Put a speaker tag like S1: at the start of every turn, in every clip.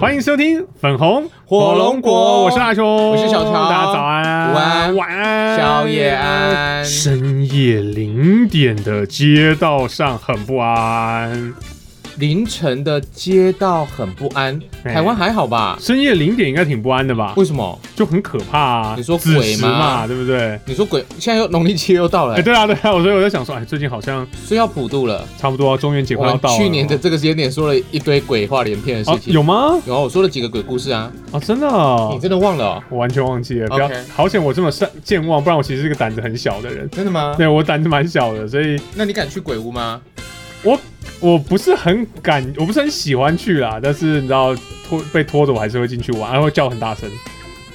S1: 欢迎收听粉红
S2: 火龙果
S1: 我是大雄，我
S2: 是小乔
S1: 大家早安、
S2: 午安
S1: 晚安、
S2: 宵夜安
S1: 深夜零点的街道上很不安，
S2: 凌晨的街道很不安，
S1: 哎
S2: 台湾还好吧？
S1: 深夜零点应该挺不安的吧？
S2: 为什么？
S1: 就很可怕啊！
S2: 你说
S1: 子
S2: 鬼
S1: 时
S2: 吗
S1: 嘛，对不对？
S2: 你说鬼，现在又农历七月又到了、
S1: 哎、对啊，对啊，我所以我在想说，哎，最近好像
S2: 所以要普渡了。
S1: 差不多啊中元节
S2: 我
S1: 快要
S2: 们
S1: 到了。
S2: 去年的这个时间点说了一堆鬼话连篇的
S1: 哦
S2: 事，情，
S1: 有吗？
S2: 有啊我说了几个鬼故事啊，
S1: 哦，真的、哦，
S2: 你真的忘了、哦？
S1: 我完全忘记了，不要
S2: OK
S1: 好险我这么善健忘，不然我其实是个胆子很小的人。
S2: 真的吗？
S1: 对我胆子蛮小的，所以
S2: 那你敢去鬼屋吗？
S1: 我不是很敢，我不是很喜欢去啦。但是你知道拖被拖着，我还是会进去玩，还会叫很大声。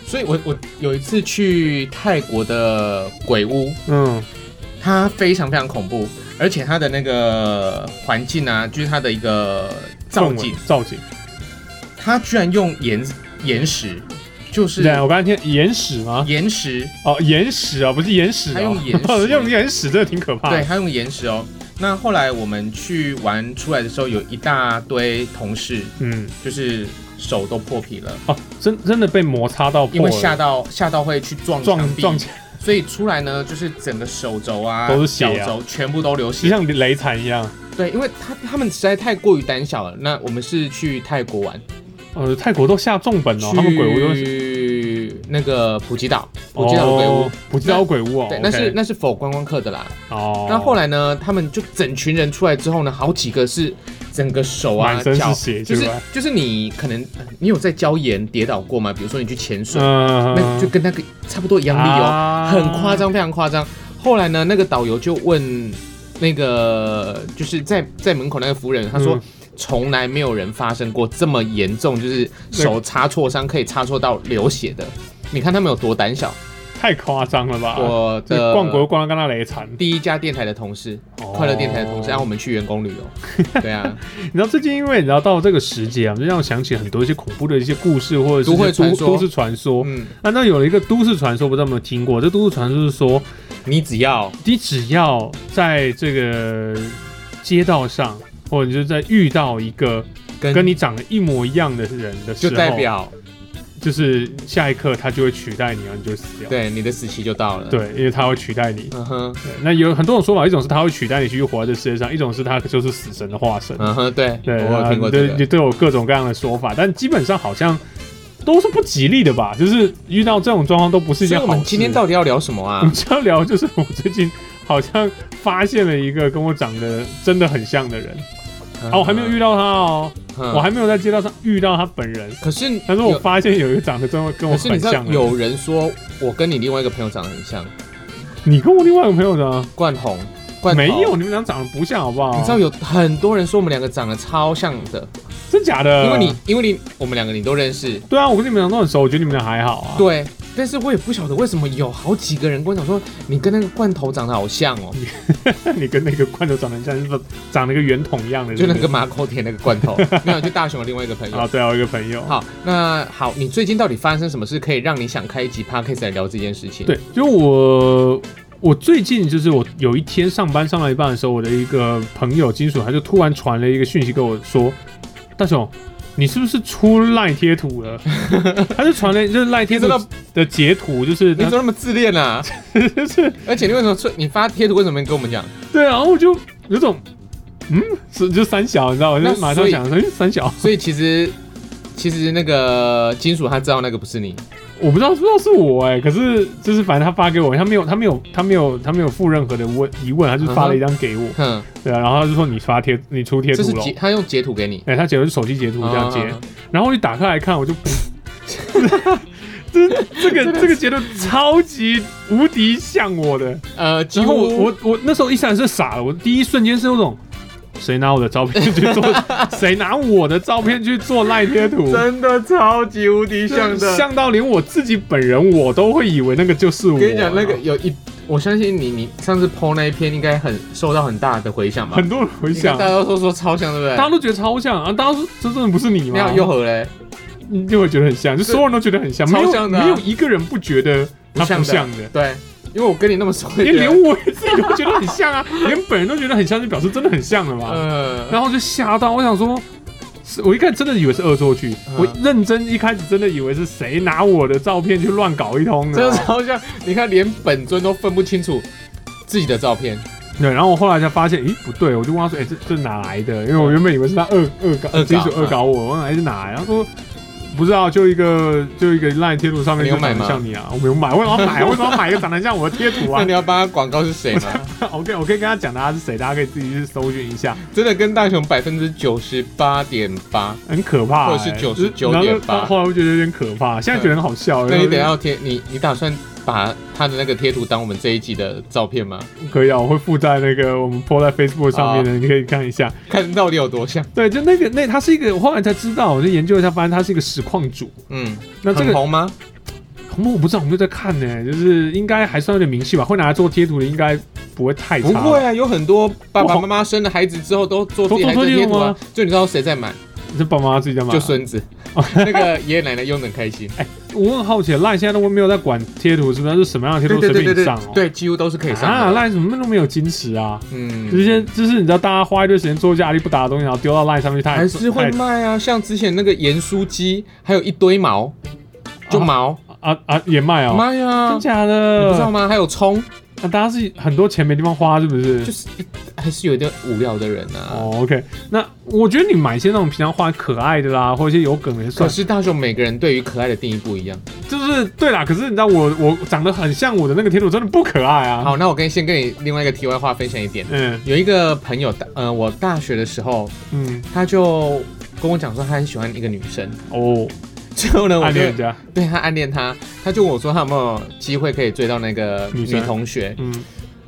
S2: 所以我我有一次去泰国的鬼屋，
S1: 嗯，
S2: 它非常非常恐怖，而且它的那个环境啊，就是它的一个造
S1: 氛围
S2: 景，
S1: 造景。
S2: 它居然用岩岩石，就是
S1: 对，我啊刚才听岩石吗？
S2: 岩石，
S1: 哦，岩石啊，不是岩石
S2: 他
S1: 啊，
S2: 用岩石
S1: 用岩石真的挺可怕
S2: 对，
S1: 的。
S2: 它用岩石哦。那后来我们去玩出来的时候，有一大堆同事
S1: 嗯，
S2: 就是手都破皮了，
S1: 哦，真真的被摩擦到
S2: 因
S1: 破
S2: 为吓
S1: 了，
S2: 到吓到会去撞
S1: 撞
S2: 墙壁，
S1: 撞起来，
S2: 所以出来呢就是整个手肘啊、
S1: 都是血啊
S2: 脚肘全部都流
S1: 就
S2: 血。
S1: 像雷惨一样。
S2: 对，因为他他们实在太过于胆小了。那我们是去泰国玩，
S1: 呃，泰国都下重本哦，
S2: 去
S1: 他们鬼屋都
S2: 去那个普吉岛，普吉岛的鬼屋。
S1: 哦，普吉岛有鬼屋哦。
S2: 对，那
S1: OK
S2: 是那是否观光客的啦。
S1: 哦，
S2: 那后来呢，他们就整群人出来之后呢，好几个是整个手啊
S1: 满身
S2: 脚
S1: 是血，
S2: 就是
S1: 吧？
S2: 就是你可能呃你有在礁岩跌倒过吗？比如说你去潜水，
S1: 嗯
S2: 那就跟那个差不多一样力哦，
S1: 啊
S2: 很夸张，非常夸张。后来呢，那个导游就问那个就是在在门口那个服务人，他说。
S1: 嗯
S2: 从来没有人发生过这么严重，就是手擦挫伤可以擦挫到流血的。你看他们有多胆小！
S1: 太夸张了吧？
S2: 我
S1: 这
S2: 的
S1: 啊逛国逛到跟他雷惨，
S2: 第一家电台的同事，
S1: 哦
S2: 快乐电台的同事，啊让我们去员工旅游。 对啊，
S1: 你知道最近因为你知道到这个时节啊，就让我想起很多一些恐怖的一些故事，或者是
S2: 都会
S1: 一些都
S2: 传说
S1: 都市传说。
S2: 嗯，
S1: 啊，那有了一个都市传说，不知道有没有听过？这都市传说是说，
S2: 你只要
S1: 你只要在这个街道上，或者就在遇到一个
S2: 跟
S1: 跟你长得一模一样的人的时
S2: 就
S1: 候，
S2: 代表
S1: 就是下一刻他就会取代你，然后你就会死掉。
S2: 对你的死期就到了。，
S1: 对，因为他会取代你。
S2: 嗯哼，
S1: 对，那有很多种说法，一种是他会取代你继续活在这世界上，一种是他就是死神的化身。
S2: 嗯哼，对，
S1: 对，啊
S2: 我有听过这
S1: 对，
S2: 个。
S1: 也都有各种各样的说法，但基本上好像都是不吉利的吧？就是遇到这种状况都不是一件
S2: 所
S1: 好
S2: 以我
S1: 事。
S2: 们 今天到底要聊什么
S1: 我
S2: 啊
S1: 们？就要聊，就是 我最近好像发现了一个跟我长得真的很像的人，啊，我还没有遇到他哦，
S2: 嗯，
S1: 我还没有在街道上遇到他本人，
S2: 可是有，
S1: 但是我发现有一个长得真的跟我
S2: 可是你
S1: 很啊
S2: 知道
S1: 像的人，
S2: 有人说我跟你另外一个朋友长得很像，
S1: 你跟我另外一个朋友呢？
S2: 冠宏，冠
S1: 没
S2: 宏
S1: 有，。你们俩长得不像，好不好？
S2: 啊你知道有很多人说我们两个长得超像的，
S1: 真假的？
S2: 因为你，因为你，我们两个你都认识，
S1: 对啊，我跟你们俩都很熟，我觉得你们俩还好啊。
S2: 对。但是我也不晓得为什么有好几个人跟我讲说你跟那个罐头长得好像 哦，
S1: 你跟那个罐头长得很像，是不是长得跟圆筒一样的？
S2: 就那
S1: 是不
S2: 个
S1: 是
S2: 马口铁那个罐头， 没有，就大雄的另外一个 朋
S1: 啊，
S2: 友。
S1: 对啊，我有一个朋友。
S2: 好，那好，你最近到底发生什么事可以让你想开一集 podcast 来聊这件事情？，
S1: 对，就我我最近就是我有一天上班上到一半的时候，我的一个朋友金属他就突然传了一个讯息跟我说：“大雄，你是不是出赖贴图了？” 他就传了就是赖贴图
S2: 你知
S1: 的截图，就是
S2: 你怎么那么自恋 啊？
S1: 就是
S2: 而且你为什么说你发贴图为什么没跟我们讲？
S1: 对，啊然后我就有种嗯，是就三小，你知道吗，我
S2: 那
S1: 就马
S2: 所
S1: 上
S2: 以
S1: 想说嗯三小，
S2: 所以其实其实那个金属他知道那个不是你，
S1: 我不知道不知道是我哎、可是就是反正他发给我，他没有他没有他没有他没有附任何的问疑问，他就发了一张给我，
S2: 哼，
S1: 对啊，然后他就说你发贴你出贴
S2: 这
S1: 图
S2: 是
S1: 了
S2: 截，。他用截图给你。
S1: 哎、他截的是手机截图这样截，
S2: 啊
S1: 然后我一打开来看，我就， 这这个这个截图超级无敌像我的，
S2: 呃，几
S1: 然后
S2: 乎
S1: 我我我那时候一下子是傻了，我第一瞬间是那种，谁拿我的照片去 做，谁拿我的照片去做赖贴图，
S2: 真的超级无敌像的。
S1: 像到连我自己本人我都会以为那个就是我。啊
S2: 我跟你讲，那个有一，我相信你，你上次 PO 那一篇应该很受到很大的回响吧？
S1: 很多人回
S2: 你看
S1: 想
S2: 大。家都说超像，对不对？
S1: 大家都觉得超像啊！大家说这真的不是你
S2: 那
S1: 吗？
S2: 又和嘞，
S1: 你就会觉得很像，就所有人都觉得很像，没有
S2: 超像的啊
S1: 没有一个人不觉得他不像的。
S2: 对，因为我跟你那么熟，
S1: 连
S2: 也
S1: 连我自己都觉得很 像啊，连本人都觉得很像，就表示真的很像了嘛。
S2: 呃，
S1: 然后就吓到，我想说，是我一开始真的以为是恶作剧，
S2: 嗯
S1: 我认真一开始真的以为是谁拿我的照片去乱搞一通
S2: 真
S1: 的
S2: 的。超像，你看连本尊都分不清楚自己的照片，
S1: 对，然后我后来才发现，咦，不对，我就问他说，哎、这这哪来的？因为我原本以为是他恶恶搞，
S2: 恶搞
S1: 金属恶搞我，我问哎是哪来？他说不知道，就一个就一个烂贴图上面
S2: 你有
S1: 就长
S2: 买
S1: 得
S2: 吗
S1: 像你啊，我没有买，为什么要 买？为什么要买一个长得像我的贴图
S2: 那
S1: 啊
S2: 你？要帮他广告是谁吗？
S1: 我可以我可以跟他讲他是谁，大家可以自己去搜寻一下，
S2: 真的跟大雄百分之九十八点八。
S1: 很可怕、
S2: 或
S1: 欸，
S2: 者是
S1: 就是
S2: 99.8
S1: 然后到后来我觉得有点可怕，现在觉得很好笑。
S2: 那
S1: 然
S2: 你
S1: 后
S2: 等一下要贴你，你打算把他的那个贴图当我们这一集的照片吗？
S1: 可以啊，我会附在那个我们 po 在 Facebook 上
S2: 啊
S1: 面的，你可以看一下。
S2: 看到底有多像？
S1: 对，就那个那他是一个，我后来才知道，我就研究一下，发现他是一个实况主。
S2: 嗯，
S1: 那这
S2: 很
S1: 个
S2: 红吗？
S1: 红不我不知道，我们就在看呢、就是应该还算有点名气吧，会拿来做贴图的应该不会太差。
S2: 不会，啊，有很多爸
S1: 不
S2: 爸
S1: 红
S2: 妈妈生了孩子之后都做自己
S1: 都
S2: 孩
S1: 做
S2: 子的贴图
S1: 贴
S2: 啊
S1: 图。
S2: 就你知道谁在买？
S1: 是爸妈自己在买。
S2: 就孙 子。那个爷爷奶奶用的很开
S1: 哎
S2: 心。
S1: 我很好奇，赖现在都没有在管贴图，是不是？就是什么样的贴图随便你上哦、
S2: 对，几乎都是可以
S1: 啊，
S2: 上的。
S1: 赖怎么都没有矜持啊？
S2: 嗯
S1: 直接就是你知道，大家花一段时间做一些阿力不达的东西，然后丢到赖上面去，他也
S2: 还是会卖啊，像之前那个盐酥鸡，还有一堆毛，就毛
S1: 啊啊也卖哦、
S2: 卖啊，
S1: 真
S2: 你
S1: 假
S2: 不知道
S1: 的？
S2: 吗？还有葱，
S1: 那、大家是很多钱没地方花，是不是？
S2: 就是还是有点无聊的人啊。
S1: 哦，OK，那我觉得你买一些那种平常画可爱的啦，或者一些有梗的也
S2: 可
S1: 算，
S2: 是大雄每个人对于可爱的定义不一样。
S1: 就是对啦。可是你知道我我长得很像我的那个贴图，真的不可爱啊。，
S2: 好，那我跟先跟你另外一个题外话分享一点，
S1: 嗯
S2: 有一个朋友，大呃，我大学的时候，
S1: 嗯，
S2: 他就跟我讲说他很喜欢一个女生，
S1: 哦，
S2: 最后呢，我
S1: 暗
S2: 就
S1: 恋人家，
S2: 对他暗恋她，他就问我说他有没有机会可以追到那个
S1: 女
S2: 女
S1: 生
S2: 同学，
S1: 嗯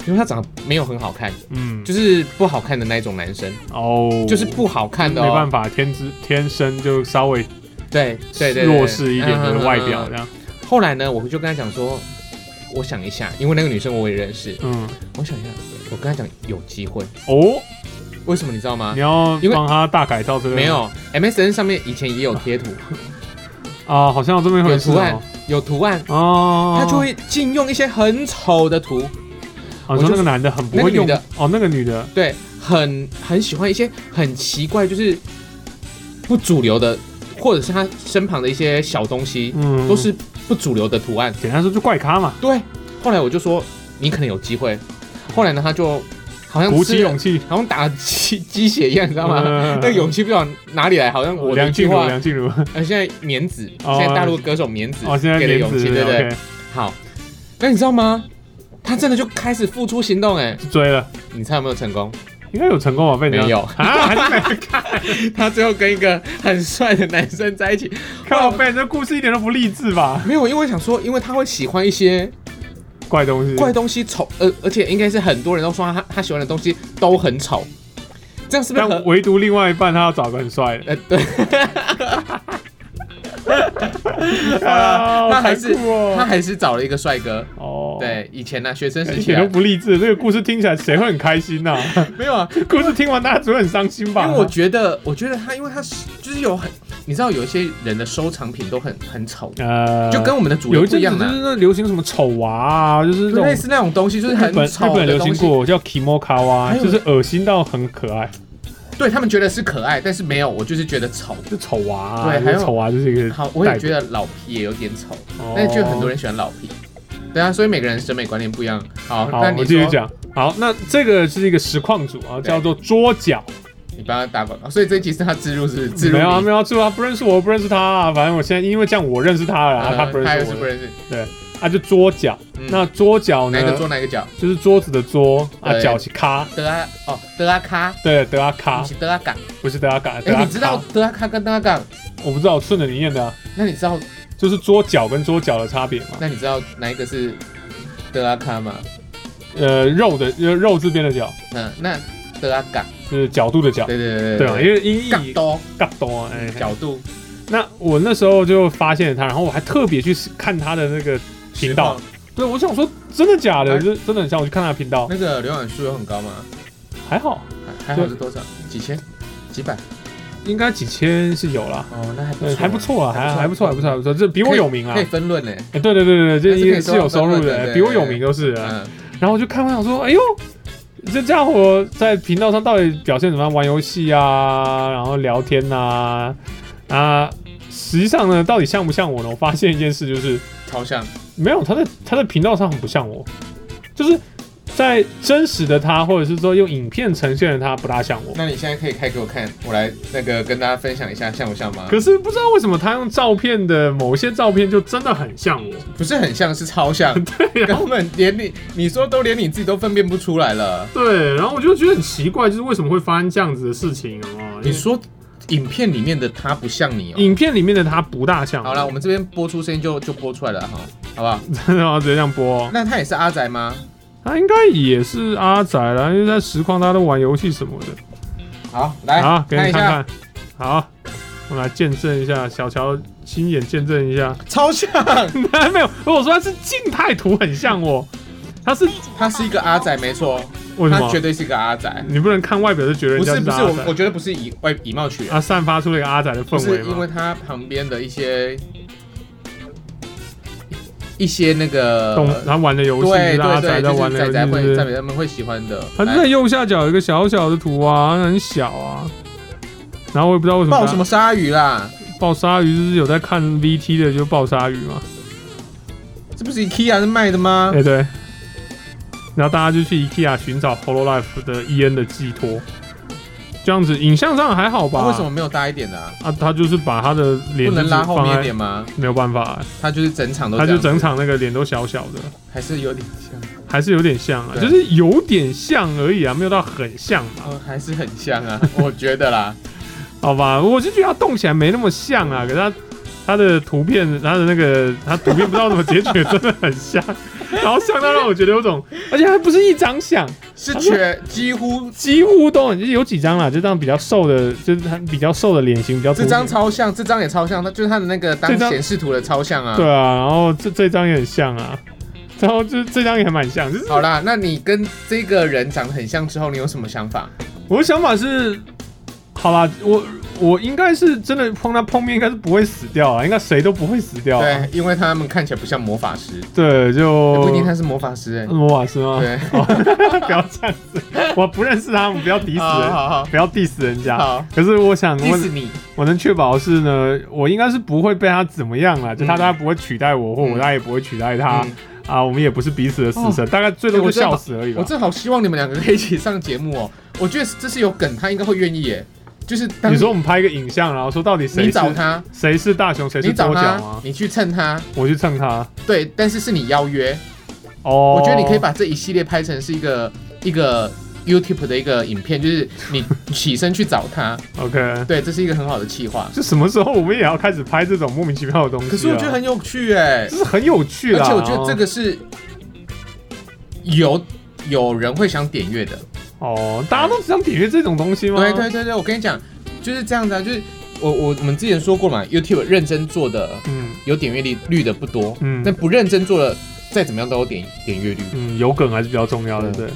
S2: 因为他长得没有很好看，
S1: 嗯，
S2: 就是不好看的那一种男生，
S1: 哦，
S2: 就是不好看的、哦，
S1: 没办法，天之天生就稍微
S2: 对对对，对
S1: 弱势一点的外表。
S2: 嗯嗯
S1: 这
S2: 嗯
S1: 样，
S2: 嗯后来呢，我就跟他讲说，我想一下，因为那个女生我也认识，
S1: 嗯，
S2: 我想一下，我跟他讲有机会，
S1: 哦，
S2: 为什么你知道吗
S1: 你？要
S2: 啊
S1: 呃
S2: 因为
S1: 帮他大改造之类的吗
S2: 没有，MSN 上面以前也有 贴图，
S1: 啊，好像有这么一回
S2: 有
S1: 事
S2: 图案
S1: 哦，，
S2: 有图案，
S1: 哦，
S2: 他就会禁用一些很丑的图，
S1: 哦，
S2: 我
S1: 你说
S2: 就
S1: 那个男的很不
S2: 那个
S1: 会
S2: 女
S1: 用
S2: 的
S1: 哦，那个女的，
S2: 对，很很喜欢一些很奇怪，就是不主流的，或者是他身旁的一些小东西，
S1: 嗯，
S2: 都是不主流的图案。
S1: 简单说就怪咖嘛，
S2: 对，后来我就说你可能有机会。后来呢，他就好像
S1: 鼓
S2: 吃
S1: 起
S2: 了
S1: 勇气，
S2: 好像打了鸡鸡血一样，你知道吗？
S1: 嗯
S2: 那个勇气不知道哪里来，好像我的
S1: 梁
S2: 一
S1: 静
S2: 句
S1: 茹，
S2: 话，
S1: 梁静茹，
S2: 呃，现在棉子，
S1: 哦
S2: 现在大陆歌手棉子
S1: 哦，现在
S2: 给了
S1: 莲
S2: 勇
S1: 子
S2: 气，对不对？
S1: OK，
S2: 好，那你知道吗？他真的就开始付出行动，哎，
S1: 追了，
S2: 你猜有没有成功？
S1: 应该有成功吧？被你这样
S2: 没有
S1: 啊，还是没
S2: 他最后跟一个很帅的男生在一起，
S1: 靠背，这故事一点都不励志吧？
S2: 没有，因为我想说，因为他会喜欢一些
S1: 怪东西，
S2: 怪东西丑，呃，而且应该是很多人都说他他喜欢的东西都很丑，这样是不是
S1: 但
S2: 很？
S1: 唯独另外一半他要找个很帅 的，
S2: 呃，对，
S1: 啊
S2: 他
S1: 好
S2: 还
S1: 残
S2: 是
S1: 酷哦
S2: 他还是找了一个帅哥。
S1: 哦，，
S2: 对，以前呢、学生时
S1: 一
S2: 期、
S1: 点
S2: 啊
S1: 都、不励志，这个故事听起来谁会很开心 呐？
S2: 没有啊，
S1: 故事听完大家只会很伤心吧？
S2: 因为我觉得，我觉得他，因为他是就是有很，你知道有一些人的收藏品都很很丑，
S1: 呃，
S2: 就跟我们的主
S1: 有
S2: 流
S1: 一
S2: 不
S1: 阵
S2: 一
S1: 子
S2: 样
S1: 就是
S2: 的、
S1: 那流行什么丑娃啊，就是那
S2: 就
S1: 种
S2: 类。似那种东西，就是
S1: 日
S2: 很
S1: 本日
S2: 丑
S1: 本
S2: 的
S1: 流行
S2: 东西。
S1: 过叫 kimokawa，
S2: 还有
S1: 就是恶心到很可爱，
S2: 对他们觉得是可爱，但是没有，我就是觉得丑。
S1: 就丑娃啊，就
S2: 对
S1: 是
S2: 还有
S1: 丑娃就是一个代表。
S2: 好，我也觉得老皮也有点丑，
S1: 哦
S2: 但是就很多人喜欢老皮。对啊，所以每个人审美观念不一样。好，
S1: 好，
S2: 那
S1: 我
S2: 你
S1: 继续
S2: 说
S1: 讲。好，那这个是一个实况组啊，叫做桌角。
S2: 你帮他打广告，所以这一集是他植入是不是植入
S1: 没有啊，
S2: 你
S1: 没有啊，这个他不认识我，我不认识他啊。反正我现在因为这样，我认识他了啊，
S2: 呃
S1: 他不
S2: 他又
S1: 认
S2: 是
S1: 识
S2: 不
S1: 我。
S2: 认识。
S1: 啊，就桌角。
S2: 嗯
S1: 那桌角
S2: 哪一个
S1: 呢，
S2: 桌哪一个角？
S1: 就是桌子的桌啊，
S2: 对
S1: 角是咖。
S2: 德拉哦，德拉卡，
S1: 对，德阿
S2: 不
S1: 咖
S2: 是德拉港。
S1: 不是德阿嘎，啊德
S2: 哎，
S1: 阿
S2: 你知道
S1: 卡？
S2: 德拉卡跟德拉港？
S1: 我不知道，我顺着你念的啊，
S2: 那你知道
S1: 就是桌角跟桌角的差别嘛。
S2: 那你知道哪一个是德拉卡吗？
S1: 呃，肉的呃肉字边的角
S2: 嗯，那德拉港，
S1: 就是角度的角，
S2: 对对对
S1: 啊对啊，因为音
S2: 角
S1: 译
S2: 度
S1: 嘎咚哎。
S2: 角度
S1: 那我那时候就发现了他，然后我还特别去看他的那个频道。对，我想说真的假的，
S2: 哎
S1: 就是真的很像。我去看他的频道，
S2: 那个浏览数有很高吗？
S1: 还好，
S2: 还还好是多少？几千？几百？
S1: 应该几千是有啦，
S2: 哦，那还不
S1: 嗯，
S2: 错，
S1: 还不错啊，还还不错，还不错，还不错，这比我有名啊
S2: 可以。分论呢。
S1: 哎对对对对，这
S2: 还是可以
S1: 也是有收入
S2: 收入的
S1: 的，
S2: 对
S1: 比我有名都是啊。
S2: 嗯，
S1: 然后我就看，我想说，哎呦，这家伙在频道上到底表现怎么样？玩游戏啊，然后聊天呐、啊，啊，实际上呢，到底像不像我呢？我发现一件事就是，
S2: 超像，
S1: 没有他在他在频道上很不像我，就是在真实的他，或者是说用影片呈现的他不大像我。
S2: 那你现在可以开给我看，我来那个跟大家分享一下，像不像吗？
S1: 可是不知道为什么他用照片的某些照片就真的很像我。
S2: 不是很像，是超像，
S1: 对啊然后
S2: 根本连你你说都连你自己都分辨不出来了。
S1: 对，然后我就觉得很奇怪，就是为什么会发生这样子的事情哦？
S2: 你说影片里面的他不像你哦。
S1: 影片里面的他不大像我。
S2: 好了，我们这边播出声音就就播出来了哈，好 不好？
S1: 真的要直接这样播哦、
S2: 那他也是阿宅吗？
S1: 他应该也是阿宅啦，因为在实况大家都玩游戏什么的。
S2: 好，来
S1: 好，给你
S2: 一下，
S1: 看看。好，我们来见证一下，小乔亲眼见证一下。
S2: 超像，
S1: 没有，我说他是静态图很像我，他是
S2: 他是一个阿宅，没错，
S1: 为什
S2: 他绝
S1: 么？
S2: 对是一个阿宅。
S1: 你不能看外表就觉得人
S2: 不
S1: 家
S2: 是不
S1: 阿
S2: 是，
S1: 宅
S2: 我我觉得不是以外以貌取人，
S1: 他散发出了一个阿宅的
S2: 不
S1: 氛围
S2: 是因
S1: 嘛
S2: 为？他旁边的一些一些那个
S1: 懂，他玩的游戏
S2: 呃对
S1: 是
S2: 对
S1: 阿宅
S2: 对，
S1: 在
S2: 就
S1: 玩
S2: 是
S1: 的
S2: 仔
S1: 游
S2: 仔
S1: 戏
S2: 会
S1: 是不
S2: 仔
S1: 是。
S2: 仔他们会喜欢的。哎
S1: 他就在右下角有一个小小的图啊，很小啊。然后我也不知道为什么
S2: 抱
S1: 他
S2: 什么鲨鱼啦？
S1: 抱鲨鱼，就是有在看 VT 的就抱鲨鱼嘛。
S2: 这不是 IKEA 是卖的吗
S1: 哎、？对，然后大家就去 IKEA 寻找 Hololive 的 EN 的寄托，这样子影像上还好吧？
S2: 那为什么没有大一点的啊？
S1: 啊？他就是把他的脸
S2: 不能拉后面一
S1: 就是放
S2: 点吗？
S1: 在，没有办法、
S2: 他就是整场都
S1: 他
S2: 这
S1: 就
S2: 样子
S1: 整场那个脸都小小的，
S2: 还是有点像，
S1: 还是有点像啊，
S2: 对
S1: 就是有点像而已啊，没有到很像嘛，
S2: 嗯，还是很像啊， 我觉得啦。
S1: 好吧？我是觉得他动起来没那么像啊，可是他。他的图片，他的那个，他图片不知道怎么截取，真的很像， 然后像到让我觉得有种，而且还不是一张像，
S2: 是全几乎
S1: 几乎都很就是有几张啦，就这样比较瘦的，就是他比较瘦的脸型比较凸
S2: 这
S1: 显
S2: 张超像，这张也超像，它就是它的那个当
S1: 这张
S2: 显示图的超像啊。
S1: 对啊，然后这这张也很像啊，然后就这张也还蛮像，就是
S2: 好啦，那你跟这个人长得很像之后，你有什么想法？
S1: 我的想法是，好啦，我我应该是真的碰他碰面应该是不会死掉啊，应该谁都不会死掉、啊，
S2: 对，因为他们看起来不像魔法师，
S1: 对，
S2: 也
S1: 就
S2: 不一定他是魔法师哎。
S1: 魔法师吗？
S2: 对，
S1: 哦 不要这样子，我不认识他们，不要 diss
S2: 好
S1: 人，
S2: 好好
S1: 不要 diss 人家。
S2: 好
S1: 可是我想
S2: ，diss
S1: 问，
S2: 你，
S1: 我能确保的是呢，我应该是不会被他怎么样啊啦，就他
S2: 嗯
S1: 大概不会取代我，或我
S2: 嗯
S1: 大概也不会取代他。
S2: 嗯
S1: 啊，我们也不是彼此的死神，大概最多
S2: 欸
S1: 就
S2: 我真的
S1: 笑
S2: 好
S1: 死而已吧
S2: 我。真的好希望你们两个可以一起上节目哦。我觉得这是有梗，他应该会愿意耶。就是当
S1: 你说我们拍一个影像，然后说到底谁
S2: 你
S1: 是
S2: 找他，
S1: 谁是大雄，谁
S2: 你
S1: 是
S2: 找
S1: 多角
S2: 他
S1: 啊，？
S2: 你去蹭他，
S1: 我去蹭他。
S2: 对，但是是你邀约。
S1: 哦，
S2: 我觉得你可以把这一系列拍成是一个一个 YouTube 的一个影片，就是你起身去找他。
S1: OK。
S2: 对，这是一个很好的企划。
S1: 就什么时候我们也要开始拍这种莫名其妙的东西、啊？
S2: 可是我觉得很有趣哎
S1: 就，是很有趣啊
S2: 而
S1: 啦。
S2: 且我觉得这个是有有人会想点阅的。
S1: 哦，大家都只想点阅这种东西吗？
S2: 对对对对，我跟你讲，就是这样子啊，就是我我我们之前说过嘛，YouTube 认真做的
S1: 嗯
S2: 有点阅率率的不多，
S1: 嗯
S2: 但不认真做的再怎么样都有点点阅率。
S1: 嗯，有梗还是比较重要的，
S2: 对
S1: 对。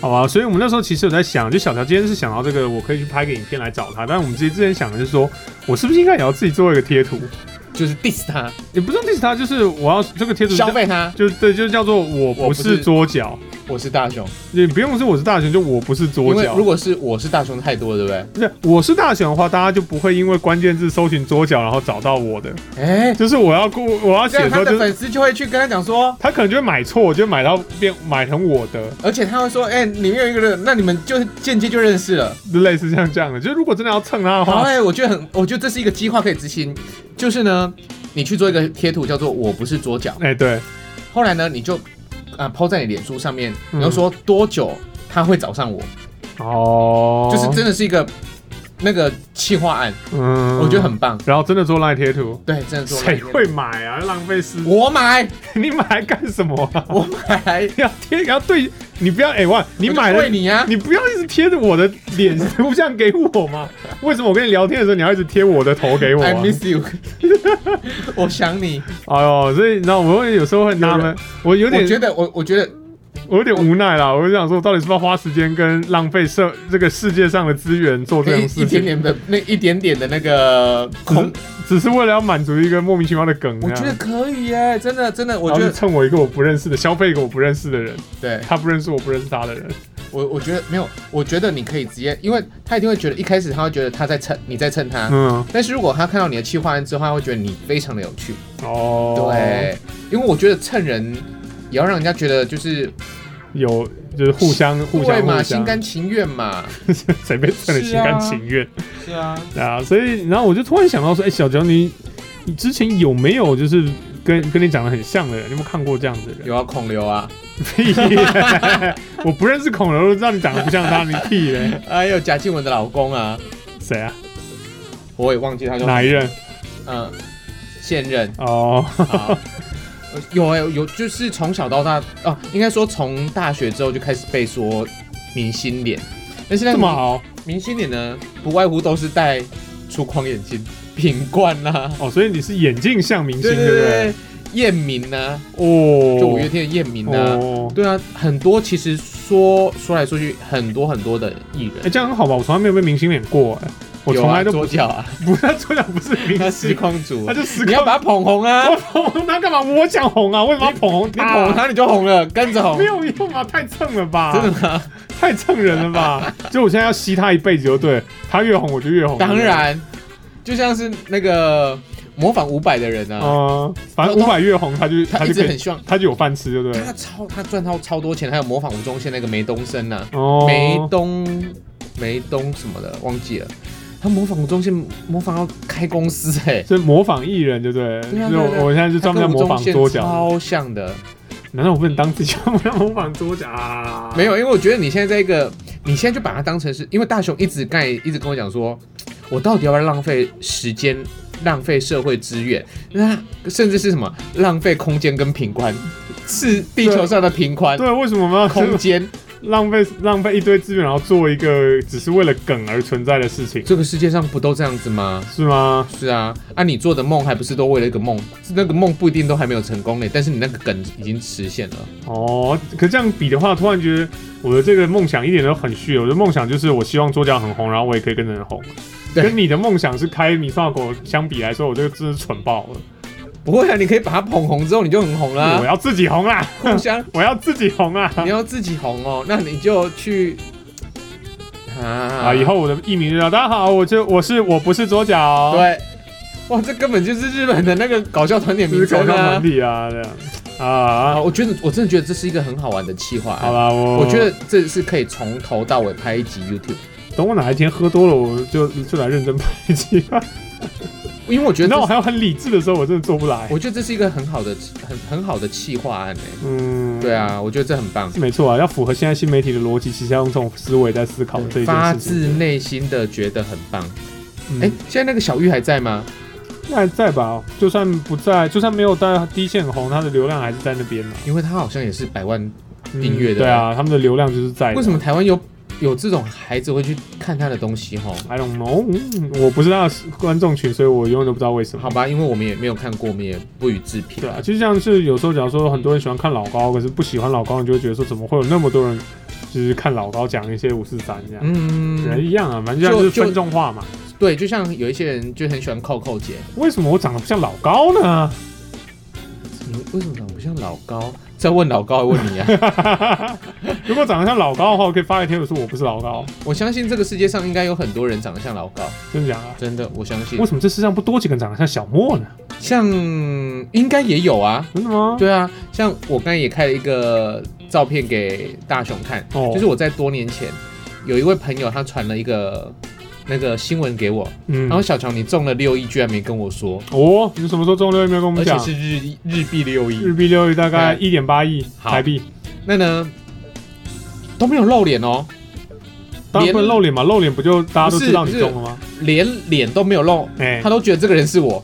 S1: 好吧，所以我们那时候其实有在想，就小乔今天是想到这个，我可以去拍个影片来找他。但我们之前之前想的是说，我是不是应该也要自己做一个贴图？
S2: 就是 diss 他，
S1: 也不是 diss 他，就是我要这个贴图
S2: 消费他，
S1: 就对，就叫做我不是桌角，
S2: 我是大雄。
S1: 也不用说我是大雄，就我不是
S2: 因
S1: 桌
S2: 为
S1: 角。
S2: 如果是我是大雄太多了，对
S1: 不是我是大雄的话，大家就不会因为关键字搜寻桌角然后找到我的。
S2: 不对？哎、
S1: 就是我要过我要
S2: 这
S1: 写的时
S2: 样他
S1: 候，
S2: 的
S1: 就是
S2: 粉丝就会去跟他讲说，
S1: 他可能就会买错，就买到变买成我的，
S2: 而且他会说，哎、里面有一个人，那你们就间接就认识了。
S1: 就类似像这样的。就如果真的要蹭他的
S2: 好，
S1: 话，
S2: 哎、我觉得很，我觉得这是一个计划可以执行，就是呢，你去做一个贴图叫做“我不是桌角
S1: 哎、对，”，
S2: 后来呢，你就啊抛、在你脸书上面，
S1: 嗯
S2: 你要说多久他会找上我，
S1: 哦，
S2: 就是真的是一个那个企划案，
S1: 嗯
S2: 我觉得很。棒。
S1: 然后真的做烂贴图，
S2: 对，真的做
S1: 谁会买啊？浪费时，
S2: 我买，
S1: 你买来干什么啊？
S2: 我买，
S1: 要贴，要对，你不要哎哇，你买
S2: 我就
S1: 了
S2: 为你啊，
S1: 你不要一直贴着我的脸图像给我嘛？为什么我跟你聊天的时候你要一直贴我的头给我、
S2: I
S1: 啊？
S2: miss you，我想你。
S1: 哎呦，所以你知道我会有时候很纳
S2: 有
S1: 闷，我有
S2: 我
S1: 点
S2: 觉得我我觉得
S1: 我有点无奈啦。我就想说，到底是不是要花时间跟浪费社这个世界上的资源做这
S2: 那
S1: 种
S2: 一
S1: 事
S2: 一点
S1: 情？
S2: 点的那一点点的那个空，
S1: 只是为了要满足一个莫名其妙的梗这
S2: 我
S1: 嗯样，
S2: 觉得可以耶，真的真的，我
S1: 然后
S2: 觉
S1: 就
S2: 得
S1: 蹭我一个我不认识的，消费一个我不认识的人，
S2: 对
S1: 他不认识我不认识他的人，
S2: 我我觉得没有，我觉得你可以直接，因为他一定会觉得一开始他会觉得他在蹭你在蹭他，
S1: 嗯，
S2: 但是如果他看到你的企划案之后，他会觉得你非常的有趣。
S1: 哦，，
S2: 对，因为我觉得蹭人也要让人家觉得就是
S1: 有就是互相互
S2: 对
S1: 相
S2: 嘛，
S1: 互
S2: 心
S1: 相，
S2: 甘情愿嘛。
S1: 谁被蹭的
S2: 是
S1: 心甘
S2: 啊
S1: 情愿
S2: 是啊，
S1: 啊？所以然后我就突然想到说，哎、小乔你你之前有没有就是跟跟你长得很像的人？你有没有看过这样的人？
S2: 有啊，孔刘啊，
S1: 屁、 我不认识孔刘，我知道你长得不像他，你屁嘞？
S2: 还有哎贾静雯的老公啊，
S1: 谁啊？
S2: 我也忘记他叫
S1: 哪一任？
S2: 嗯、现任。
S1: 哦，
S2: 啊 有哎、有就是从小到大哦、应该说从大学之后就开始被说明星脸，但是那
S1: 这
S2: 个
S1: 么
S2: 明
S1: 好
S2: 明星脸呢，不外乎都是戴粗框眼镜、品冠啦、
S1: 哦，所以你是眼镜像明星，
S2: 对
S1: 对
S2: 对
S1: 不
S2: 对，啊燕明呐、
S1: 哦，
S2: 就五月天的燕明呐、
S1: 哦，
S2: 对啊，很多其实说说来说去，很多很多的艺
S1: 哎、
S2: 人，
S1: 这样很好吧？我从来没有被明星脸过、哎，我
S2: 有
S1: 从
S2: 啊
S1: 来都不
S2: 左 脚啊，
S1: 不是，左脚不是
S2: 他
S1: 明
S2: 实
S1: 星，
S2: 况主啊
S1: 他，就失
S2: 你要把他捧红 啊，
S1: 我捧红他干嘛？我想红啊，为什么要捧红
S2: 你捧红
S1: 他？
S2: 他你就红了，跟着红
S1: 没，有用啊，太蹭了吧？
S2: 真的吗？
S1: 太蹭人了 吧？就我现在要吸他一辈子就对了，他越红我就越红。
S2: 当然，就像是那个模仿伍佰的人
S1: 对不对，
S2: 啊，
S1: 嗯，反正五百越红，他就
S2: 他
S1: 他
S2: 一
S1: 就
S2: 直
S1: 可
S2: 很
S1: 以，
S2: 希望，
S1: 他就有饭吃，对不对？
S2: 他超他赚到超多钱，还有模仿吴宗宪那个梅东啊升呐、
S1: 哦，
S2: 梅东梅东什么的忘记了，他模仿吴宗宪模仿要开公司哎、欸。
S1: 是模仿艺人，对不对？
S2: 对啊
S1: 就
S2: 对啊对啊
S1: 我现在就专门在模仿桌
S2: 他
S1: 角，
S2: 跟吴宗宪超像的，
S1: 难道我不能当自己专门在模仿桌角啊？
S2: 没有，因为我觉得你现在在一个，你现在就把它当成是，因为大雄一直盖，一直跟我讲说，我到底要不要浪费时间，浪费社会资源，那甚至是什么浪费空间跟平宽，是地球上的平宽
S1: 对，为什么我们要
S2: 空间，
S1: 浪费浪费一堆资源，然后做一个只是为了梗而存在的事情，
S2: 这个世界上不都这样子吗？
S1: 是吗？
S2: 是啊，啊，你做的梦还不是都为了一个梦，那个梦不一定都还没有成功嘞，但是你那个梗已经实现了。
S1: 哦，可这样比的话，突然觉得我的这个梦想一点都很虚。我的梦想就是我希望桌角很红，然后我也可以跟着很红。
S2: 对
S1: 跟你的梦想是开米饭狗相比来说，我这个真的是蠢爆了。
S2: 不会啊，你可以把它捧红之后，你就很红啦
S1: 我。要自己红啦，
S2: 互相
S1: 我要自己红啊啦。
S2: 你要自己红哦，那你就去啊
S1: 啊，以后我的艺名就叫大家好，我就我是我不是左脚，，
S2: 对，哇，这根本就是日本的那个搞笑团点
S1: 就是
S2: 名
S1: 搞笑
S2: 称啊
S1: 团！体啊这样
S2: 啊，
S1: 啊。
S2: 我觉得我真的觉得这是一个很好玩的企划、
S1: 好啦，我
S2: 我觉得这是可以从头到尾拍一集 YouTube，
S1: 等我哪一天喝多了，我就就来认真拍一集吧。
S2: 因为我觉得
S1: 那我
S2: 这是
S1: 还有很理智的时候，我真的做不来。
S2: 我觉得这是一个很好的很很好的企划案诶、
S1: 嗯，
S2: 对，啊，我觉得这很棒，
S1: 是没错啊，要符合现在新媒体的逻辑，其实要用这种思维在思考这一件事情。
S2: 发自内心的觉得很棒。哎、
S1: 哎，
S2: 现在那个小玉还在吗？
S1: 那还哎在吧？就算不在，就算没有在低线红，它的流量还是在那边嘛。
S2: 因为他好像也是百万，
S1: 嗯
S2: 订阅的
S1: 对啊，他们的流量就是在的。
S2: 为什么台湾有有这种孩子会去看他的东西吼？
S1: ？I don't know，嗯我不知道观众群，所以我永远都不知道为什么
S2: 好。吧，因为我们也没有看过，我们也不予置评。
S1: 对啊，就像是有时候，假如说很多人喜欢看老高，可是不喜欢老高，你就会觉得说，怎么会有那么多人就是看老高讲一些五四三这样？人
S2: 嗯，
S1: 一样啊，反正就是
S2: 就
S1: 分众化嘛。
S2: 对，就像有一些人就很喜欢扣扣姐，
S1: 为什么我长得不像老高呢？
S2: 你嗯为什么长得不像老高？ 在问老高，还问你啊！
S1: 如果长得像老高的话，我可以发一个贴文说我不是老高，
S2: 我相信这个世界上应该有很多人长得像老高，
S1: 真的假的？
S2: 真的，我相信
S1: 为。什么这世上不多几个人长得像小莫呢？
S2: 像应该也有啊，
S1: 真的吗？
S2: 对啊，像我刚才也开了一个照片给大雄看，
S1: 哦
S2: 就是我在多年前有一位朋友他传了一个那个新闻给我，
S1: 嗯，
S2: 然后小乔你中了六亿居然没跟我说，
S1: 哦，你什么时候中六亿没有跟我们
S2: 而且
S1: 讲？
S2: 是日日币六亿
S1: 日，币六亿大概
S2: 对
S1: 一点八亿
S2: 好
S1: 台币，
S2: 那呢都没有露脸哦，
S1: 当然不能
S2: 连
S1: 露脸嘛，露脸不就大家都
S2: 不是
S1: 知道你中了吗？
S2: 连脸都没有露，
S1: 哎
S2: 他，都觉得这个人是我，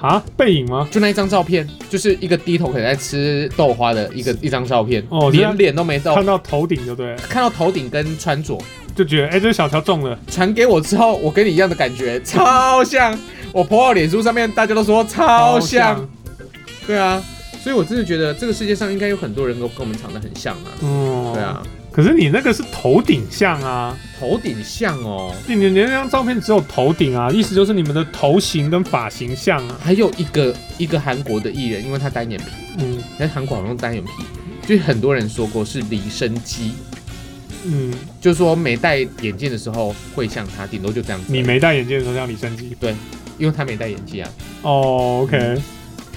S1: 啊，背影吗？
S2: 就那一张照片，就是一个低头可能在吃豆花的一个一张照片，
S1: 哦这
S2: 连
S1: 样
S2: 脸都没露，
S1: 看到头顶就对了，
S2: 看到头顶跟穿着。
S1: 就觉得哎，这小乔中了，
S2: 传给我之后，我跟你一样的感觉，超像。我 po 到脸书上面，大家都说超像。
S1: 好。
S2: 对啊，所以我真的觉得这个世界上应该有很多人跟跟我们长得很像啊。
S1: 嗯，
S2: 对。啊，
S1: 可是你那个是头顶像啊，
S2: 头顶像哦，
S1: 你你那张照片只有头顶啊，意思就是你们的头型跟发型像啊。
S2: 还有一个一个韩国的艺人，因为他单眼皮，
S1: 嗯，
S2: 但韩国好像单眼皮，就是很多人说过是离生机，
S1: 嗯，
S2: 就是说没戴眼镜的时候会像他，顶多就这样子。
S1: 你，没戴眼镜的时候像李生基
S2: 因为他没戴眼镜啊。
S1: 哦，OK，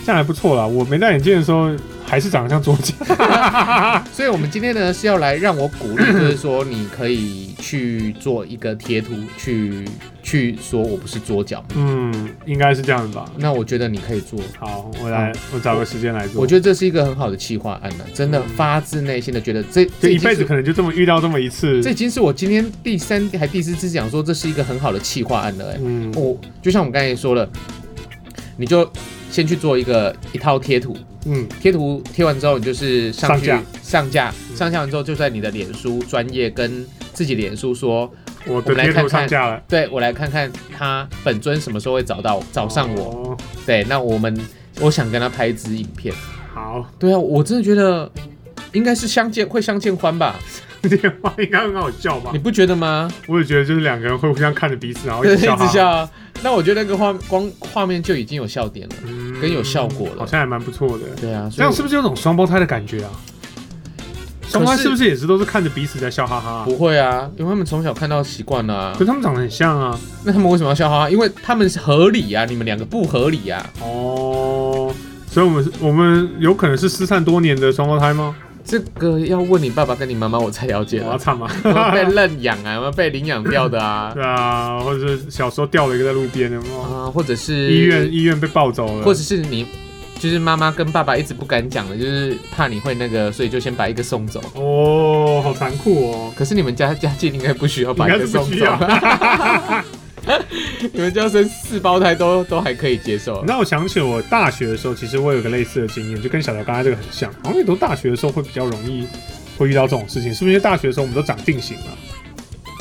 S1: 这样还不错啦。我没戴眼镜的时候还是长得像作家。
S2: 所以我们今天呢是要来让我鼓 励，就是说你可以去做一个贴图，去去说我不是桌脚。
S1: 嗯，应该是这样吧。
S2: 那我觉得你可以做，
S1: 好，我来，我找个时间来做。
S2: 我觉得这是一个很好的企划案呢、真的
S1: 嗯
S2: 发自内心的觉得这
S1: 就
S2: 这已
S1: 一
S2: 经
S1: 辈子
S2: 是
S1: 可能就这么遇到这么一次。
S2: 这已经是我今天第三还第四次讲说这是一个很好的企划案了、哎、
S1: 嗯，
S2: 我就像我刚才说了，你就先去做一个一套贴图，
S1: 嗯，
S2: 贴图贴完之后，你就是上去
S1: 上
S2: 上架，
S1: 嗯
S2: 上架完之后就在你的脸书专业跟自己脸书说，
S1: 我
S2: 我
S1: 的
S2: 们来
S1: 贴
S2: 看
S1: 图上
S2: 看
S1: 架了，
S2: 对我来看看他本尊什么时候会找到找上我，
S1: 我。
S2: 对，那我们我想跟他拍一支影片，
S1: 好，
S2: 对啊，我真的觉得应该是相见会相见欢吧，
S1: 这个话应该很好笑吧
S2: 你？不觉得吗？
S1: 我也觉得就是两个人会互相看着彼此，然后
S2: 对，
S1: 一
S2: 一
S1: 直笑，
S2: 直笑，啊。那我觉得那个画光画面就已经有笑点了，
S1: 嗯
S2: 跟有效果了
S1: 好像还蛮不错的。
S2: 对啊，
S1: 这
S2: 所以
S1: 样
S2: 我
S1: 是不是有种双胞胎的感觉啊？双胞胎是不是也是都是看着彼此在笑哈哈啊？
S2: 不会啊，因为他们从小看到习惯了、啊
S1: 可。是他们长得很像啊。
S2: 那他们为什么要笑哈哈？因为他们是合理啊，你们两个不合理啊。
S1: 哦，所以我们是我们有可能是失散多年的双胞胎吗？
S2: 这个要问你爸爸跟你妈妈，我才了解
S1: 我要
S2: 了。
S1: 唱 吗？
S2: 有没有被认养啊，有没有被领养掉的 啊，
S1: 对啊，或者是小时候掉了一个在路边的，有没有
S2: 啊，或者是
S1: 医院，医院被抱走了，
S2: 或者是你就是妈妈跟爸爸一直不敢讲的，就是怕你会那个，所以就先把一个送走。
S1: 哦，好残酷哦。
S2: 可是你们家家境应该不需要把一个送
S1: 应
S2: 走
S1: 该是不，
S2: 你们家生四胞胎都都还可以接受。
S1: 那我想起我大学的时候，其实我有个类似的经验，就跟小乔刚才这个很像，好像也都大学的时候会比较容易会遇到这种事情，是不是？因为大学的时候我们都长定型了，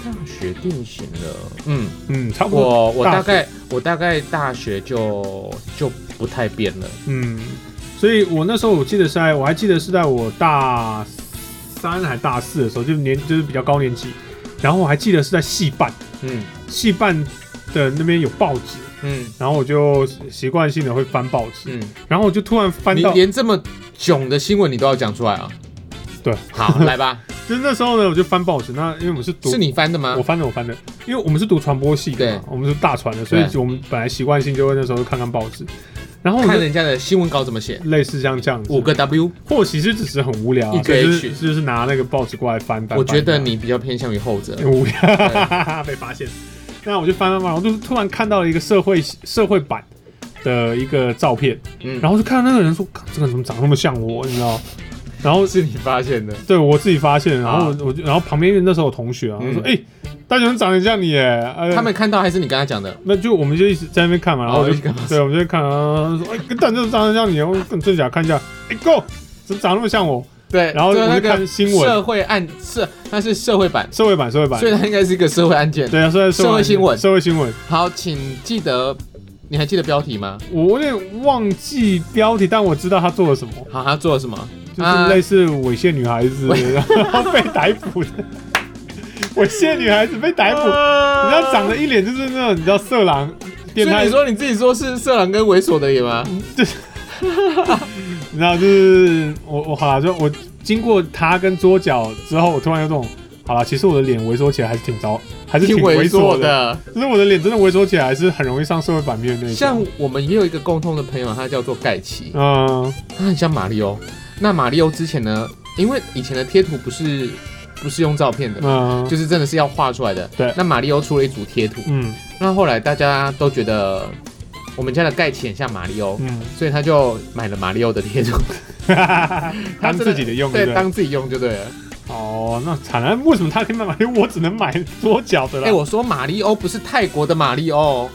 S2: 大学定型了，嗯，
S1: 嗯，差不多，
S2: 我我
S1: 大
S2: 大概我大概大学就就不太变了，
S1: 嗯，所以我那时候我记得是在，我还记得是在我大三还大四的时候，就是年就是比较高年级，然后我还记得是在戏办，
S2: 嗯
S1: 戏办的那边有报纸，
S2: 嗯
S1: 然后我就习惯性的会翻报纸，
S2: 嗯。
S1: 然后我就突然翻
S2: 你
S1: 到，
S2: 连这么囧的新闻你都要讲出来啊？
S1: 对，
S2: 好， 来吧，
S1: 就是那时候呢，我就翻报纸，那因为我们是读
S2: 是你翻的吗
S1: 我？翻的，我翻的，因为我们是读传播系的嘛，我们是大传的，所以
S2: 对
S1: 我们本来习惯性就会那时候就看看报纸，然后我
S2: 看
S1: 就
S2: 人家的新闻稿怎么写，
S1: 类似像这样子，
S2: 五个 W，
S1: 或许就只是很无聊、啊，
S2: 一个
S1: 所以就是
S2: H
S1: 就是拿那个报纸过来翻翻。
S2: 我觉得
S1: 翻
S2: 你比较偏向于后者
S1: 翻。 很无聊，被发现。那我就翻翻翻，我就突然看到了一个社会社会版的一个照片，
S2: 嗯，
S1: 然后就看到那个人说，看这个人怎么长那么像我，你知道？然后
S2: 是你发现的，
S1: 对我自己发现，然后
S2: 啊
S1: 我就然后旁边因为那时候有同学啊，他说：“
S2: 嗯
S1: 哎、大学生长得像你耶。哎呀
S2: 他们看到还是你跟他讲的？
S1: 那就我们就一直在那边看嘛，然后
S2: 哦
S1: 就
S2: 一直看嘛
S1: 对，我们就看啊，说哎，但就是长得像你，我跟真假看一下，哎，Go，怎么长那么像我？
S2: 对，
S1: 然后
S2: 就
S1: 我
S2: 那
S1: 就
S2: 个
S1: 看新闻
S2: 社会案社，那是社会版，
S1: 社会版，社会版
S2: 所，以它应该是一个社会案件。
S1: 对啊，社
S2: 社会新闻
S1: 社会新闻，
S2: 好，请记得，你还记得标题吗？
S1: 我有点忘记标题，但我知道他做了什么，
S2: 好，他做了什么？啊
S1: 就是类似猥亵女孩子，然后 被逮 捕的，猥亵女孩子被逮捕，你
S2: 你
S1: 知道长得一脸就是那种你知道色狼变
S2: 所以
S1: 态
S2: 你，说你自己说是色狼跟猥琐的也吗？
S1: 你知道就是我我好了，就我经过他跟桌角之后，我突然有种好了，其实我的脸猥琐起来还是挺糟，还是挺猥琐的，
S2: 的。
S1: 就是我的脸真的猥琐起来还是很容易上社会版面的那种。
S2: 像我们也有一个共同的朋友，他叫做盖奇，
S1: 嗯
S2: 他很像马里欧。那马里欧之前呢，因为以前的贴图不是不是用照片的，
S1: 嗯
S2: 就是真的是要画出来的。
S1: 对
S2: 那马里欧出了一组贴图，
S1: 嗯
S2: 那后来大家都觉得我们家的盖奇很像马里欧，
S1: 嗯，
S2: 所以他就买了马里欧的贴图，
S1: 当自己的用对
S2: 对，
S1: 不对？
S2: 当自己用就对了。
S1: 嗯哦，那惨了，为什么他可以买马里奥，我只能买桌角的
S2: 哎、
S1: 啦？
S2: 我说马里欧不是泰国的马里欧，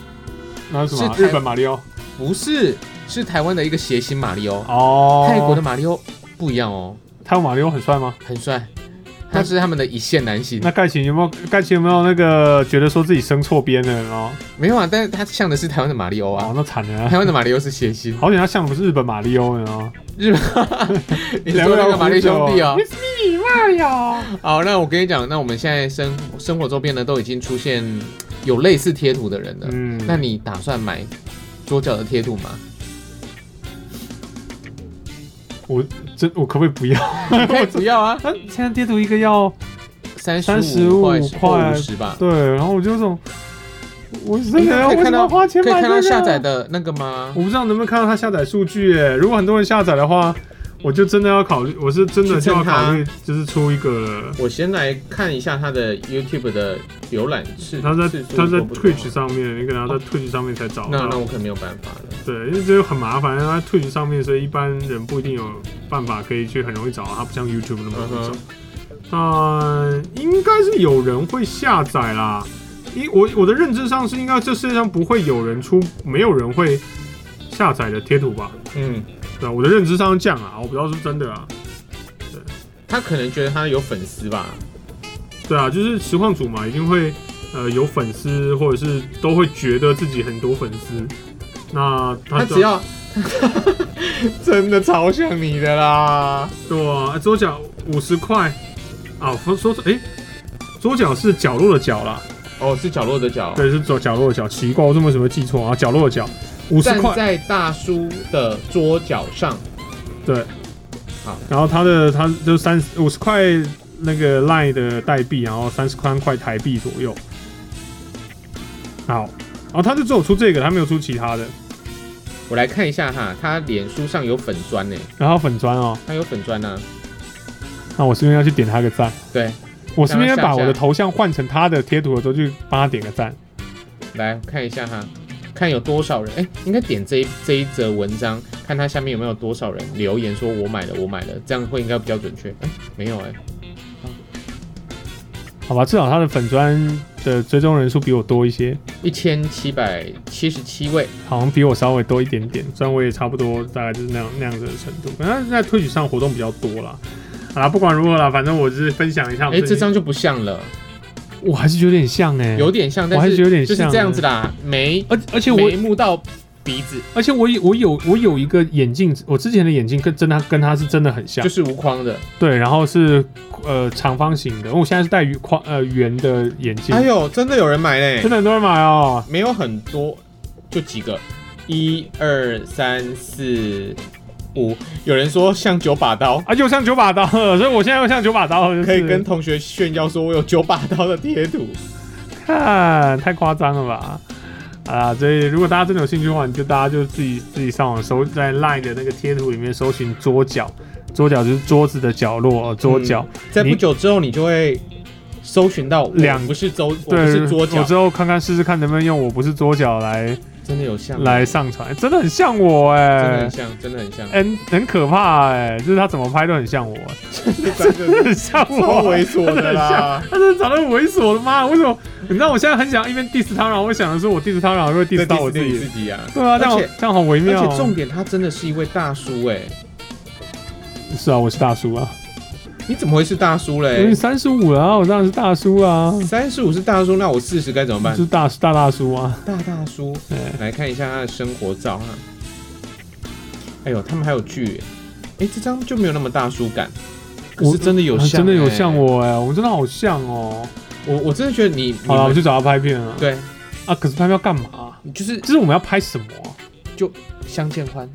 S1: 那是什么？
S2: 是
S1: 日本马里奥
S2: 不是，是台湾的一个谐星马里欧，
S1: 哦，
S2: 泰国的马里欧不一样哦。
S1: 泰国马里奥很帅吗？
S2: 很帅，他是他们的一线男星。
S1: 那盖奇有没有盖奇有没有那个觉得说自己生错边的人哦？
S2: 没有啊，但是他像的是台湾的马里欧啊
S1: 哦，，那惨了
S2: 台。湾的马里欧是谐 星，
S1: 好险，他像的不是日本马里奥呢哦。
S2: 日本你说那个马里兄弟啊、
S1: It's me Mario。
S2: 好，那我跟你讲，那我们现在生生活周边呢，都已经出现有类似贴图的人了。
S1: 嗯，
S2: 那你打算买桌角的贴图吗？
S1: 我这我可不可以不要？
S2: 你可以不要啊，
S1: 那现在贴图一个要
S2: 三十
S1: 35
S2: 五块
S1: 块
S2: 或五十吧。
S1: 对，然后我就有种，我真的要
S2: 啊哎可以
S1: 为什
S2: 看
S1: 么
S2: 到
S1: 要花钱
S2: 可以
S1: 买
S2: 看
S1: 这
S2: 到
S1: 个？
S2: 下载的那个啊吗
S1: 我？不知道能不能看到它下载数据耶。如果很多人下载的话，我就真的要考虑，我是真的就要考虑，就是出一个了。
S2: 我先来看一下它的 YouTube 的浏览次，
S1: 他在
S2: 次数
S1: 他在
S2: 多不多
S1: Twitch 上面，你可能要在 Twitch 上面才找
S2: 那那
S1: 到。
S2: 我可能没有办法了。
S1: 对，因为这个很麻烦，因为它 Twitch 上面，所以一般人不一定有办法可以去很容易找到，它不像 YouTube 那么容易找
S2: 嗯。
S1: 但应该是有人会下载啦。因我我的认知上是，应该这世界上不会有人出，没有人会下载的贴图吧？
S2: 嗯，
S1: 对啊，我的认知上是这样啊，我不知道是不是真的啊。
S2: 他可能觉得他有粉丝吧。
S1: 对啊，就是实况组嘛，一定会呃有粉丝，或者是都会觉得自己很多粉丝。那他
S2: 他只要 真的超像你的啦，
S1: 对啊，桌角五十块啊，说说哎、桌角是角落的角啦，
S2: 哦，是角落的角，
S1: 对，是左角落的角，奇怪，我怎么怎么记错啊？角落的角五十
S2: 站
S1: 块，
S2: 在大叔的桌角上，
S1: 对，
S2: 好，
S1: 然后他的他就三五十块那个 line 的代币，然后三十三块台币左右。好，然后他就只有出这个，他没有出其他的。
S2: 我来看一下哈，他脸书上有粉砖呢、欸
S1: 然后粉砖哦，
S2: 他有粉砖呢、
S1: 那我顺便要去点他个赞。
S2: 对，
S1: 我顺便把我
S2: 让他下
S1: 的
S2: 架
S1: 头像换成他的贴图的时候，就帮他点个赞。
S2: 来看一下哈，看有多少人，哎、应该点这一这一则文章，看他下面有没有多少人留言说我买了，我买了，这样会应该比较准确。哎、没有哎、
S1: 好吧，至少他的粉砖的追踪人数比我多一些，
S2: 一千七百七十七位，
S1: 好像比我稍微多一点点。虽然我也差不多，大概就是那样那样子的程度。反正在推举上活动比较多啦。好啦，不管如何啦，反正我只啊是分享一下我最
S2: 哎、
S1: 近。
S2: 这张就不像了，
S1: 我还是有点像哎、
S2: 有点像，
S1: 我还
S2: 但
S1: 是有点
S2: 就是
S1: 像欸
S2: 这样子啦，眉
S1: 而而且我
S2: 眉目到鼻子
S1: 而且我有我有我有一个眼镜，我之前的眼镜跟真的跟它是真的很像，
S2: 就是无框的。
S1: 对，然后是呃长方形的，因为我现在是戴圆框呃圆的眼镜，
S2: 哎呦，真的有人买嘞
S1: 真，的很多人买哦，
S2: 没有很多，就几个，一二三四五。有人说像九把刀，
S1: 啊又像九把刀了，所以我现在又像九把刀了，就是、
S2: 可以跟同学炫耀说我有九把刀的贴图。
S1: 看太夸张了吧？啊，所以如果大家真的有兴趣的话，你就大家就自己自己上网搜，在 LINE 的那个贴图里面搜寻桌角，桌角就是桌子的角落，哦
S2: 嗯
S1: 桌角。
S2: 在
S1: 你
S2: 不久之后，你就会搜寻到我
S1: 两
S2: 不是周，我不
S1: 对，
S2: 是桌
S1: 我
S2: 角
S1: 之，后看看试试看能不能用我不是桌角来
S2: 真的有像，啊
S1: 来上传，哎真的很像我
S2: 真的
S1: 哎、
S2: 很像，真的很像，
S1: 很很可怕哎、就是他怎么拍都很像我、
S2: 真的是
S1: 很像
S2: 超
S1: 我、哎
S2: 猥琐的啦。
S1: 他真的长得很猥琐的妈！为什么？你知道我现在很想一边 diss 他，然后我想的是我 diss 他，然后又 diss 到我自
S2: 在 diss 你
S1: 己
S2: 自。己啊，
S1: 对啊，这样
S2: 而且
S1: 这样好微
S2: 而
S1: 妙、
S2: 且重
S1: 哦。
S2: 点，他真的是一位大叔哎、
S1: 是啊，我是大叔啊，
S2: 你怎么会是大叔
S1: 因为
S2: 嘞？
S1: 三十五了啊，我当然是大叔啊，
S2: 三十五是大叔，那我四十该怎么办
S1: 就？是大大大叔啊。
S2: 大大叔，
S1: 对，
S2: 来看一下他的生活照哈。哎呦，他们还有剧耶，哎、这张就没有那么大叔感，可
S1: 我
S2: 是真的有
S1: 啊真
S2: 像、
S1: 的有像
S2: 哎，
S1: 我哎、我们真的好像哦。
S2: 我我真的觉得你，你
S1: 好了，我
S2: 们
S1: 去找他拍片了。
S2: 对，
S1: 啊，可是拍片要干嘛？
S2: 就是
S1: 就是我们要拍什么
S2: 相见欢，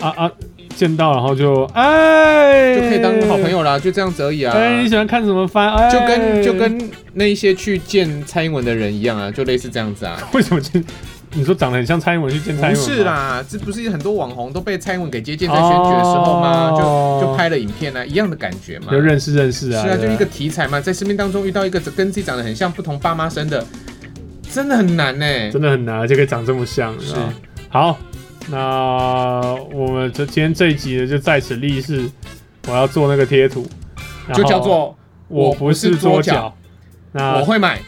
S1: 啊啊啊！见到然后就哎，
S2: 就可以当好朋。友啦，就这样子而已啊。
S1: 哎，你喜欢看什么番？哎，
S2: 就跟就跟那一些去见蔡英文的人一样啊，就类似这样子啊。
S1: 为什么见？你说长得很像蔡英文去见蔡
S2: 不
S1: 英文？
S2: 是，啦，这不是很多网红都被蔡英文给接见，在选举的时候吗？
S1: 哦
S2: 就就拍了影片啊，一样的感觉嘛。
S1: 就认识认识啊。
S2: 是啊，就
S1: 对
S2: 一个题材嘛，在生命当中遇到一个跟自己长得很像、不同爸妈生的，真的很难呢、
S1: 真的很难，就可以长这么像。
S2: 是
S1: 是好，那我们这今天这一集呢，就在此立誓，我要做那个贴图，然后
S2: 就叫做
S1: 我不是桌
S2: 我不是桌角。
S1: 那
S2: 我会买，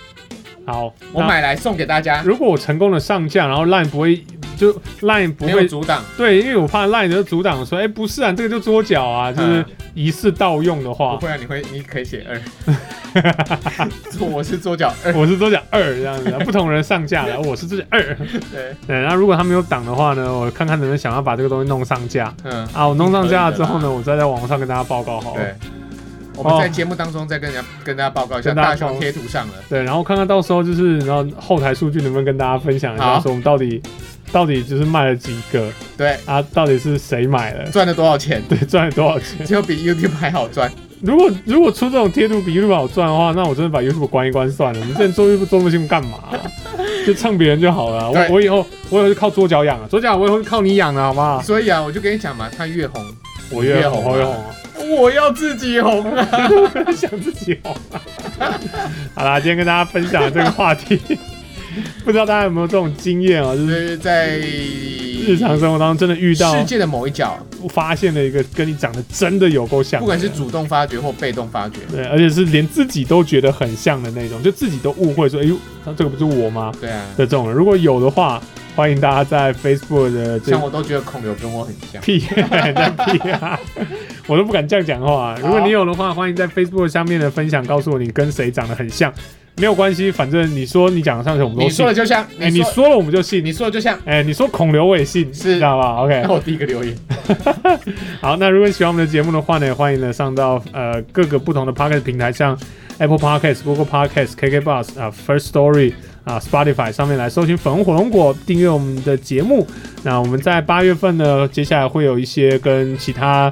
S1: 好，
S2: 我
S1: 那
S2: 买来送给大家，
S1: 如果我成功的上架，然后 Line 不会就 Line 不
S2: 没有
S1: 会
S2: 阻挡。
S1: 对，因为我怕 Line 就阻挡说，哎、不是啊，这个就桌角啊，就是
S2: 嗯
S1: 一次盗用的
S2: 不
S1: 话，
S2: 会啊，你会，你可以写二， 我是桌角二，
S1: 我是桌角二这样子啊，不同人上架了，我是桌角 二。
S2: 对，
S1: 对，那如果他没有挡的话呢，我看看能不能想要把这个东西弄上架。
S2: 嗯，
S1: 啊，我弄上架
S2: 可以
S1: 之
S2: 的啦
S1: 后呢，我再在网上跟大家报告好了。
S2: 对。我们在
S1: 哦
S2: 节目当中再跟人家跟大家报告一下，
S1: 跟大家
S2: 大
S1: 报
S2: 雄
S1: 告
S2: 贴图上了，
S1: 对，然后看看到时候就是，然后后台数据能不能跟大家分享一下，
S2: 好
S1: 说我们到底到底就是卖了几个
S2: 对，
S1: 啊，到底是谁买了，
S2: 赚了多少钱，
S1: 对，赚了多少钱？
S2: 就比 YouTube 还好赚，
S1: 如果如果出这种贴图比 YouTube 好赚的话，那我真的把 YouTube 关一关算了。你 这做 YouTube 做那么辛苦干嘛、 就蹭别人就好了。
S2: 对
S1: 我我以后我以后就靠左脚养了，左脚我以后就靠你养了，好不好？
S2: 所以啊，我就跟你讲嘛，他越红，
S1: 我越
S2: 越
S1: 红，
S2: 红
S1: 我越
S2: 啊
S1: 红啊，
S2: 我要自己红 啊！
S1: 想自己红、啊。 好啦，今天跟大家分享这个话题， 不知道大家有没有这种经验啊？就
S2: 就是是在
S1: 日
S2: 日
S1: 常生活当中真的遇到
S2: 世界的某一角，
S1: 发现了一个跟你长得真的有够像的人，
S2: 不管是主动发掘或被动发掘，
S1: 对，而且是连自己都觉得很像的那种，就自己都误会说，哎呦，那这个不是我吗？
S2: 对啊，
S1: 的这种人，如果有的话，欢迎大家在 Facebook 的这
S2: 像我都觉得孔刘跟我很像。
S1: 屁 在屁啊，我都不敢这样讲话、啊如果你有的话，欢迎在 Facebook 下面的分享，告诉我你跟谁长得很像，没有关系，反正你说你长得像谁，我们
S2: 你
S1: 都信
S2: 说。了就像，
S1: 哎，
S2: 你
S1: 你
S2: 说
S1: 说了我们就信。
S2: 你说了就像，
S1: 哎，你说孔刘我也信，
S2: 是
S1: 知道吧？OK，
S2: 那我第一个留言。
S1: 好，那如果你喜欢我们的节目的话呢，也欢迎呢上到呃各个不同的 Podcast 平台，像 Apple Podcast、Google Podcast、KK Bus 啊、First Story 啊、Spotify 上面来搜寻“粉红火龙果”，订阅我们的节目。那我们在八月份呢，接下来会有一些跟其他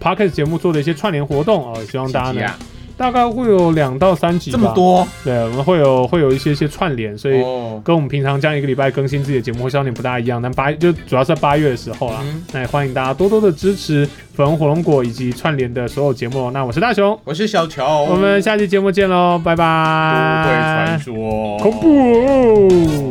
S1: Podcast 节目做的一些串联活动哦，希望大家
S2: 几集
S1: 呢
S2: 啊
S1: 大概会有两到三集吧
S2: 这么，多，
S1: 对，我们会有会有一些一些串联，所以。
S2: 哦，
S1: 跟我们平常这样一个礼拜更新自己的节目会稍微有点不大一样，但八就主要是在八月的时候啦。
S2: 嗯
S1: 那也欢迎大家多多的支持粉红火龙果以及串联的所有节目哦。那我是大雄，
S2: 我是小乔，
S1: 我们下期节目见喽，拜
S2: 都会
S1: 拜
S2: 传。说
S1: 恐怖哦、